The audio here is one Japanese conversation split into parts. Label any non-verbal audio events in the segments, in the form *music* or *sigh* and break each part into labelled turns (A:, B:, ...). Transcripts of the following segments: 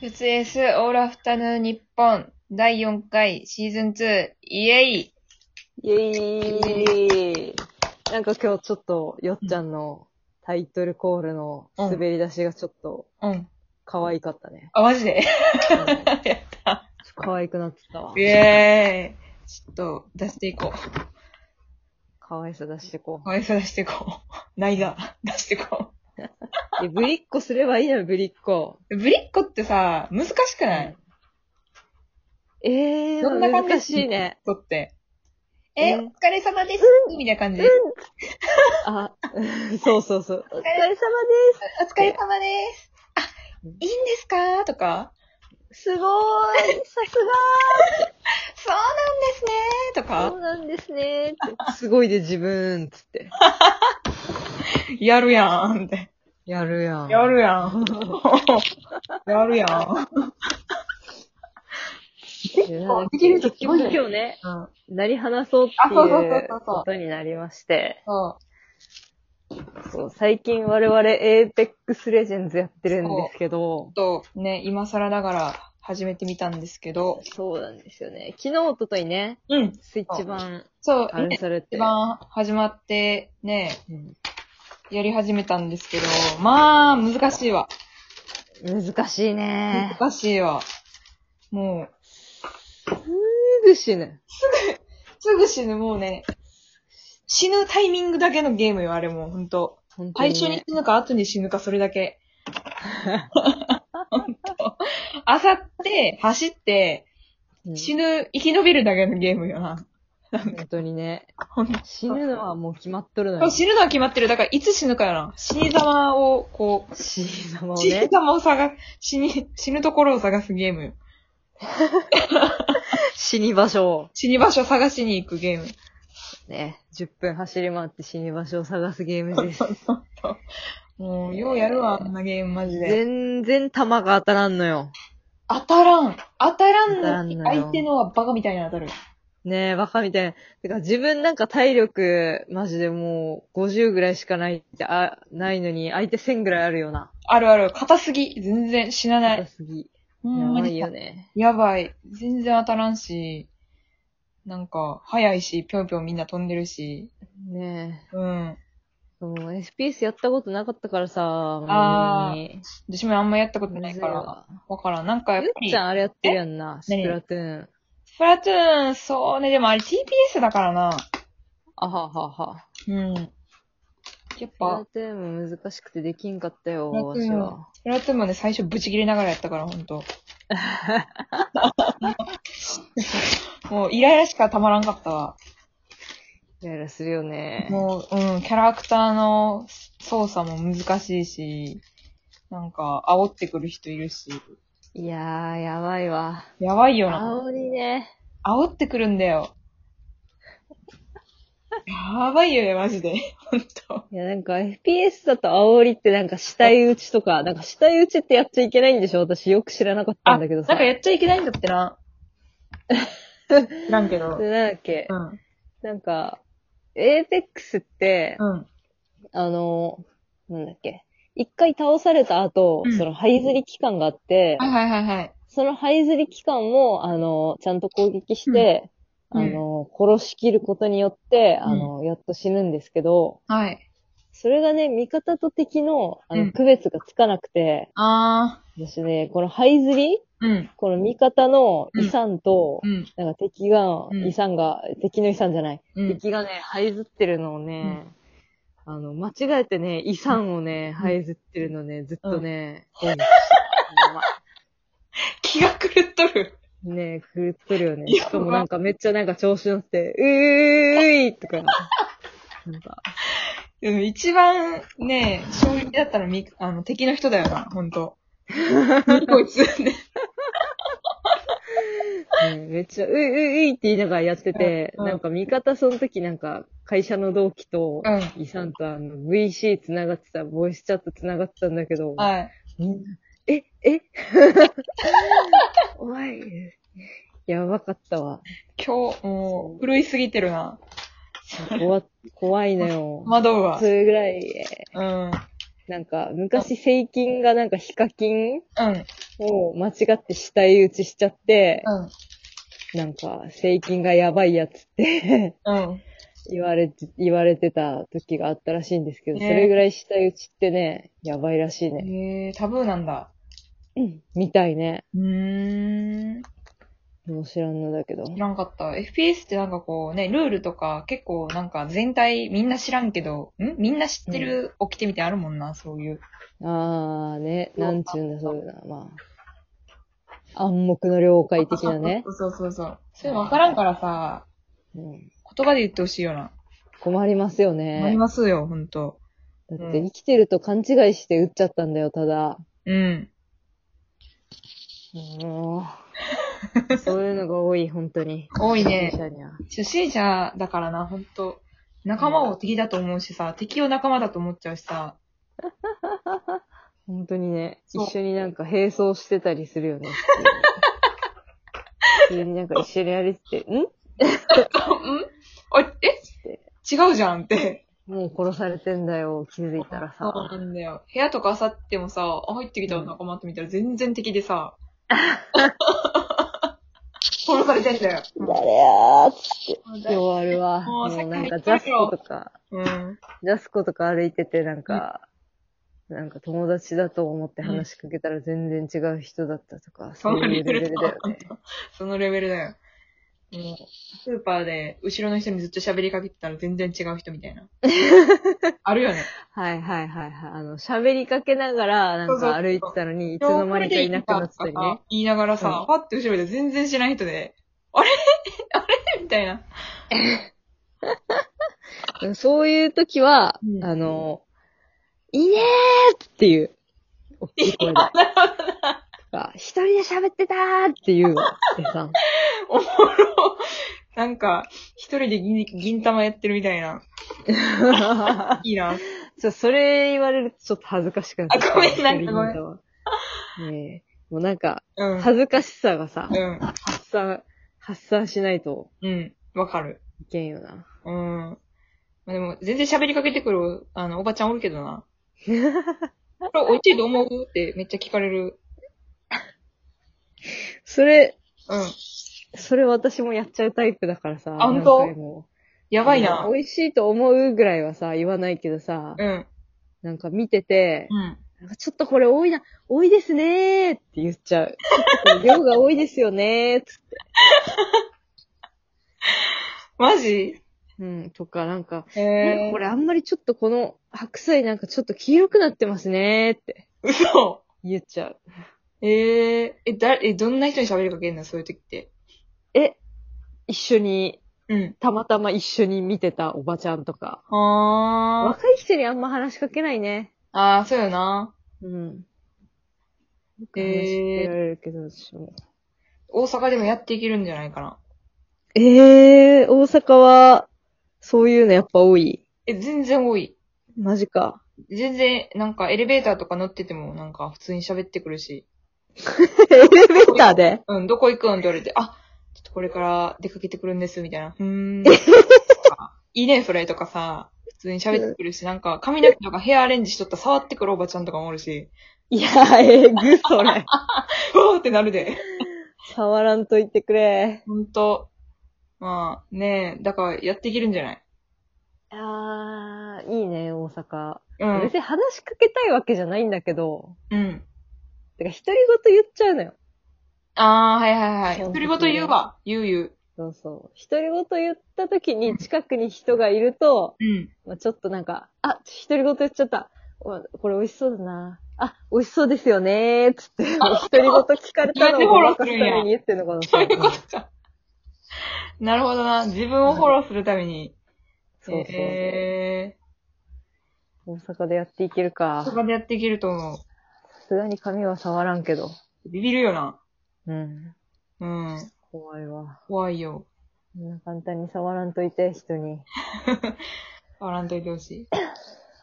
A: ふつえす、オールアフタヌーン日本、第4回、シーズン2、イエイ
B: イェイなんか今日ちょっと、よっちゃんのタイトルコールの滑り出しがちょっと
A: うん。
B: 可愛かったね。
A: あ、マジで
B: うん
A: やった。
B: 可愛くなってたわ
A: *laughs* イ。エーイ。ちょっと、出していこう。
B: 可愛さ出してこ
A: かわいさ出していこう。 *laughs* ないが、出していこ
B: う。え、ぶりっこすればいいやろ、ぶりっこ。
A: う。ぶりっ子ってさ、難しくない
B: えー、
A: どんな感じ
B: 難しいね。
A: とって。え、
B: う
A: お
B: ん
A: 疲れ様です、みたいな感じ。
B: あ、 *laughs* そうそうそう。お疲れ様で
A: お疲れ様です。あ、いいんですかとか、
B: す。すごーい。さす
A: そうなんですねと
B: がー。
A: か
B: そ、うなんですねーって。すごいで自分、つって。
A: やるやんって。
B: やるやん。
A: やるやん。 *laughs* やるや *laughs* ん。
B: え
A: 構
B: ー。
A: できる人す
B: 結
A: ごい
B: 局
A: ね
B: 今日ね、
A: うん。
B: なり話そうって
A: あ
B: い
A: そうそうそう
B: う
A: そうそう
B: ことになりまして、
A: そ
B: そう最近我々 Apex Legends やってるんですけ
A: う。
B: ど、
A: と、ね、今更ながら始めてみたんですけど。
B: そうなんですよね。昨日、おとといね、
A: うん。
B: スイッチ版、
A: そう、
B: あれ
A: ね、
B: されて、
A: 一番始まってね、
B: うん
A: やり始めたんですけど、まあ、難しいわ。
B: 難しいね。
A: 難しいわ。もう、
B: すぐ死ぬ。
A: すぐ死ぬ、もうね、死ぬタイミングだけのゲームよ、あれもう、ほんと。
B: 本当
A: 最
B: に、
A: 初に
B: ね。
A: 死ぬか、後に死ぬか、それだけ。ほんと。あさって、走って、
B: うん
A: 死ぬ、生き延びるだけのゲームよな。
B: 本当にね。
A: ほんと
B: 死ぬのはもう決まっとるの
A: そう
B: よ。
A: 死ぬのは決まってる。だから、いつ死ぬかよな。死に様を、こう、
B: 死ぬのも
A: 死に
B: ね。
A: 様を探す、死に、死ぬところを探すゲームよ。
B: 死に場所を。
A: 死に場所を探しに行くゲーム。
B: ね。10分走り回って死に場所を探すゲームです。
A: もう、ようやるわ、あんなゲーム、マジで。
B: 全然弾が当たらんのよ。
A: 当たらん当たら
B: 当たらん
A: んの
B: の
A: に
B: よ
A: 相手のはバカみたいに当たる。
B: ねえ、バカみたいな。てか自分なんか体力、マジでもう50ぐらいしかないって、あ、ないのに、相手1000ぐらいあるような。
A: あるある。硬すぎ。全然死なな
B: 硬
A: い。
B: すぎ。
A: ほ
B: や
A: んま
B: ば
A: に
B: いよね。
A: やばい。全然当たらんし、なんか、速いし、ぴょんぴょんみんな飛んでるし。
B: ねえ。
A: うん。
B: その SPS やったことなかったからさ、
A: あー
B: ほんまに
A: 私もあんまやったことないか
B: むずい
A: ら。
B: わ
A: わからん。なんかやっぱ
B: ゆっ
A: り
B: ち、ゃんあれやってるやんな、スプ
A: 何
B: ラトゥーン。
A: スプラトゥーン、そうね、でもあれ TPS だからな。
B: あははは。
A: うん。やっ
B: スプ
A: ぱ
B: ラ、トゥーンも難しくてできんかったよ、
A: スプラト
B: わ
A: ゥー
B: し
A: ン
B: は。
A: スプラトゥーンもね、最初ブチ切れながらやったから、ほんと。もう、イライラしかたまらんかったわ。
B: イライラするよね。
A: もう、うん、キャラクターの操作も難しいし、なんか、煽ってくる人いるし、
B: いやー、やばいわ。
A: やばいよな。
B: 煽りね。
A: 煽ってくるんだよ。やばいよね、マジで。ほんと。
B: いや、なんか FPS だと煽りってなんか死体打ちとか、なんか死体打ちってやっちゃいけないんでしょ私よく知らなかったんだけどさ。
A: なんかやっちゃいけないんだって *laughs* な。知らんけど。
B: でなんだっけ、
A: うん。
B: なんか、エーペックスって、
A: うん。
B: あの、なんだっけ。一回倒された後、
A: うん
B: その這いずり期間があって、
A: はいはいはいはい。
B: その這いずり期間も、あの、ちゃんと攻撃して、
A: うん
B: あの、殺しきることによって、あの、やっと死ぬんですけど、
A: はい。
B: それがね、味方と敵の、あ
A: うん
B: の、区別がつかなくて、
A: あ
B: 私ね、この這いず
A: ー。
B: り
A: うん。
B: この味方の遺産と、
A: うん。
B: なんか敵が、
A: うん
B: 遺産が、敵の遺産じゃない。
A: うん。
B: 敵がね、這いずってるのをね、あの、間違えてね、遺産をね、
A: うん
B: 這いずってるのね、ずっとね、うん、
A: 気が狂っとる。
B: ね狂ってるよね。
A: い
B: し
A: や
B: かもなんかめっちゃなんか調子乗って、うーいとか、なんか、
A: うん、一番ね、衝撃だったのみ、あの、敵の人だよな、ほん *laughs* と。何こいつ。
B: ねめっちゃ、ういういって言いながらやってて、
A: うん
B: なんか味方その時なんか、会社の同期と、
A: うん。
B: 遺産とあの、VC 繋がってた、ボイスチャット繋がってたんだけど、
A: はい。
B: みんな、え、え *laughs* おい。やばかったわ。
A: 今日、もう、狂いすぎてるな。
B: 怖、怖いのよ。
A: 惑うわ
B: そ。れぐらい、え
A: うん。うん。
B: なんか、昔、税金がなんか、ヒカキンを間違って死体打ちしちゃって、
A: うん。
B: なんか、性菌がやばいやつって
A: うん。
B: 言われて、言われてた時があったらしいんですけど、
A: ね
B: それぐらい死体打ちってね、やばいらしいね。
A: へえー、タブーなんだ。
B: うん。みたいね。
A: うーん。
B: もう知らんのだけど。
A: 知らんかった。FPS ってなんかこうね、ルールとか結構なんか全体みんな知らんけど、んみんな知ってる起きてみてあるもんな、そういう。
B: あーね、なんちゅうんだ、そういうな。まあ。暗黙の了解的なね。
A: そうそうそうそう。そういうの分からんからさ、
B: *laughs* うん、
A: 言葉で言ってほしいよな。
B: 困りますよ
A: なり
B: ね。
A: ますよ、ほんと。
B: だっ
A: うん
B: て生きてると勘違いして打っちゃったんだよ、ただ。
A: うん。
B: もう *laughs* そういうのが多い、本当に。
A: 多いね
B: 初心者には
A: 初心者だからな、ほんと。仲間を敵だと思うしさ、敵を仲間だと思っちゃうしさ。 *coughs*
B: 本当にね、
A: そう
B: 一緒になんか並走してたりするよ *laughs* ね。普通に普通になんか一緒にやれてて、ん
A: うんおいえ違うじゃんって。
B: もう殺されてんだよ、気づいたら
A: そ
B: さ。
A: うなんだよ。部屋とか漁ってもさ、あ入ってきた仲間って見たら全然敵でさ。 *laughs* 殺されてんだよ。
B: 誰やーっつって。
A: もうだい
B: 弱るわ。
A: も
B: も
A: う
B: うな
A: さ
B: んか
A: っき
B: ジ
A: 言った
B: ャス
A: でしょ
B: コとか、
A: うん。
B: ジャスコとか歩いててなんか、なんか友達だと思って話しかけたら全然違う人だったとか、そういうレベルだよね。
A: *laughs* そのレベルだよ。もう、スーパーで後ろの人にずっと喋りかけてたら全然違う人みた *laughs* いな。あるよね。
B: はいはいはいはい。あの、喋りかけながら、なんか歩いてたのに、いつの間にかいなくなってたりね。
A: 言いながらさ
B: う、
A: パッて後ろで全然知らない人で、あれ *laughs* あれみたいな。
B: うんそういう時は、
A: うん
B: あの、いねーっていう、大きい声で。が一人で喋ってたーっていうわ、おっ *laughs* さん。
A: おもろ。なんか、一人で銀銀玉やってるみたいな。いいな。
B: ちょそれ言われるとちょっと恥ずかしくなってきた
A: あごめんなんかごめん
B: 一人の人はねえもうなんか、
A: うん。
B: 恥ずかしさがさ、
A: うん。
B: 発散、発散しないと
A: うん。わかる。
B: いけんよな。
A: うん。まあ、でも、全然喋りかけてくる、あの、おばちゃんおるけどな。これ、おいしいと思うってめっちゃ聞かれる。
B: それ、
A: うん。
B: それ私もやっちゃうタイプだからさ。
A: あ本当
B: 何回も
A: やばいな。
B: 美味しいと思うぐらいはさ、言わないけどさ、
A: うん。
B: なんか見てて、
A: うん。
B: なんかちょっとこれ多いな、多いですねーって言っちゃう。ちょっとこれ量が多いですよねーっつって。
A: マジ
B: うん、とかなんか、
A: へ
B: え
A: え
B: これあんまりちょっとこの白菜なんかちょっと黄色くなってますねーって
A: 嘘。
B: 言っちゃう。
A: えええ、だ、え、どんな人に喋りかけんのそういう時って。
B: え、一緒に、
A: うん。
B: たまたま一緒に見てたおばちゃんとか。
A: あー。
B: 若い人にあんま話しかけないね。
A: あー、そうよな。
B: うん。
A: え
B: え
A: ー
B: えるけど、私も
A: 大阪でもやっていけるんじゃないかな。
B: ええー、大阪は、そういうのやっぱ多い。
A: え、全然多い。
B: マジか。
A: 全然、なんかエレベーターとか乗ってても、なんか普通に喋ってくるし、
B: エレベーターで
A: うん、どこ行くんって言われて、あ、ちょっとこれから出かけてくるんです、みたいな。うー
B: *laughs*
A: ん。いいね、それとかさ、普通に喋ってくるし、なんか髪の毛とかヘアアレンジしとったら触ってくるおばちゃんとかもおるし、
B: いやー、えぐ、
A: う
B: それ。
A: わーってなるで。
B: *laughs* 触らんと言ってくれ。
A: ほんと。まあ、ねえ、だからやっていけるんじゃない
B: あー、いいね、大阪。
A: うん
B: 別。に話しかけたいわけじゃないんだけど、
A: うん。
B: てか、独り言言っちゃうのよ。
A: あー、はいはいはい。
B: そう
A: 独り言言うわ。言う言う。
B: そうそう。独り言言った時に近くに人がいると、
A: うん。
B: まあ、ちょっとなんか、あ、独り言言っちゃった。おこれ美味しそうだな。あ、美味しそうですよねー、つって、
A: *laughs*
B: 独り言聞かれたのをごまかすために言ってんのかな
A: そういうことじゃん。 *laughs* なるほどな。自分をフォローするために。
B: そうそうそう。
A: え
B: 大阪でやっていける
A: ー、
B: か。
A: そ
B: さ
A: こでやっていけると思
B: すがに髪は触らんけど。
A: う。ビビるよな。
B: うん。
A: うん。
B: 怖いわ。
A: 怖いよ。
B: そんな簡単に触らんといて、人に。
A: 触らんといてほしい。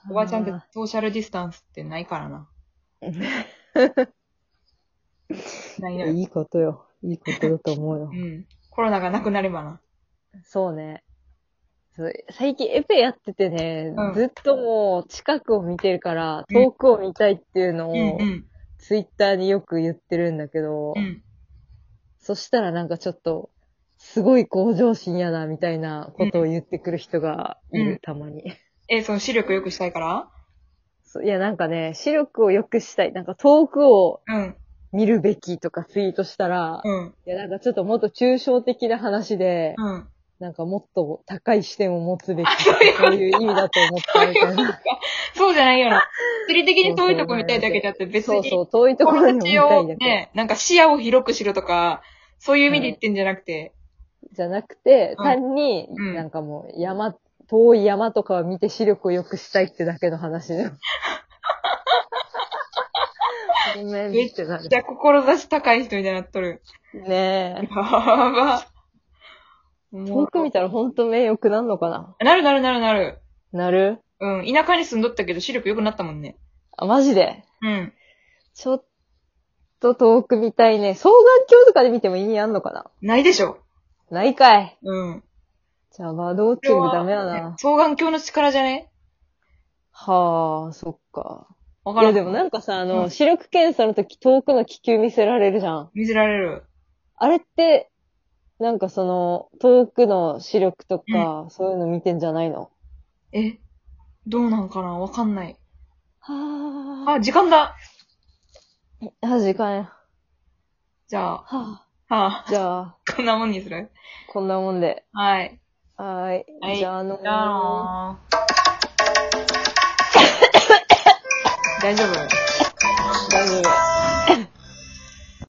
A: おばちゃんって
B: あ
A: ソーシャルディスタンスってないからな。ないの
B: ー。
A: よ。
B: いいことよ。いいことだと思うよ
A: う。ん。コロナがなくなればな。
B: そうね。そう最近エペやっててね、
A: うん
B: ずっともう近くを見てるから、
A: うん
B: 遠くを見たいっていうの
A: う
B: を
A: んうん。
B: ツイッターによく言ってるんだけど、
A: うん。
B: そしたらなんかちょっと、すごい向上心やな、みたいなことを言ってくる人がいる、
A: うん
B: たまに。
A: え、その視力良くしたいから
B: そういや、なんかね、視力を良くしたい。なんか遠くを
A: うん。
B: 見るべきとかツイートしたら、
A: うん。
B: いや、なんかちょっともっと抽象的な話で、
A: うん。
B: なんかもっと高い視点を持つべき、
A: そ
B: そうう
A: い
B: いうう
A: こと
B: 意味だと思ったみたいな。
A: そうじゃないよな。物理的に遠いとこ見たいだけであって、別
B: そうそ
A: に、
B: う、遠いとこ
A: 友
B: ろにも見
A: 達
B: たい
A: を
B: んだけど。
A: ね、なんか視野を広くしろとか、そういう意味で言ってんじゃなくて、
B: じゃなくて、
A: うん
B: 単に、
A: うん
B: なんかもう山、遠い山とかを見て視力を良くしたいってだけの話じ
A: *laughs*
B: ゃん。ごめんってなる
A: じ。ゃあ志高い人みたいになっとる。
B: ねえ
A: や。ば。も
B: 遠く見たらほんと目良くなるのかな
A: うなるなるなるなる。
B: なる
A: うん。田舎に住んどったけど視力良くなったもんね。
B: あ、マジで
A: うん。
B: ちょっと遠く見たいね。双眼鏡とかで見ても意味あんのかな
A: ないでしょ。
B: ないかい。
A: うん。
B: じゃあ、バードウォッ
A: こ
B: チングダメだな。は
A: 双眼鏡の力じゃね
B: あ、そっか。
A: わ
B: い
A: から
B: や
A: ん。
B: でもなんかさ、あの、
A: うん
B: 視力検査の時遠くの気球見せられるじゃん。
A: 見せられる。
B: あれって、なんかその、遠くの視力とか、そういうの見てんじゃないの
A: えどうなんかなわかんない。
B: はぁ
A: あ、時間だ
B: あ、あ、時間や。
A: じゃあ、
B: は
A: はあ、
B: ぁじゃあ、
A: こんなもんにする
B: こんなもんで。
A: はい。
B: はーい。
A: はい
B: じゃあ、あのー
A: じゃ *coughs* あ大丈夫
B: 大丈夫。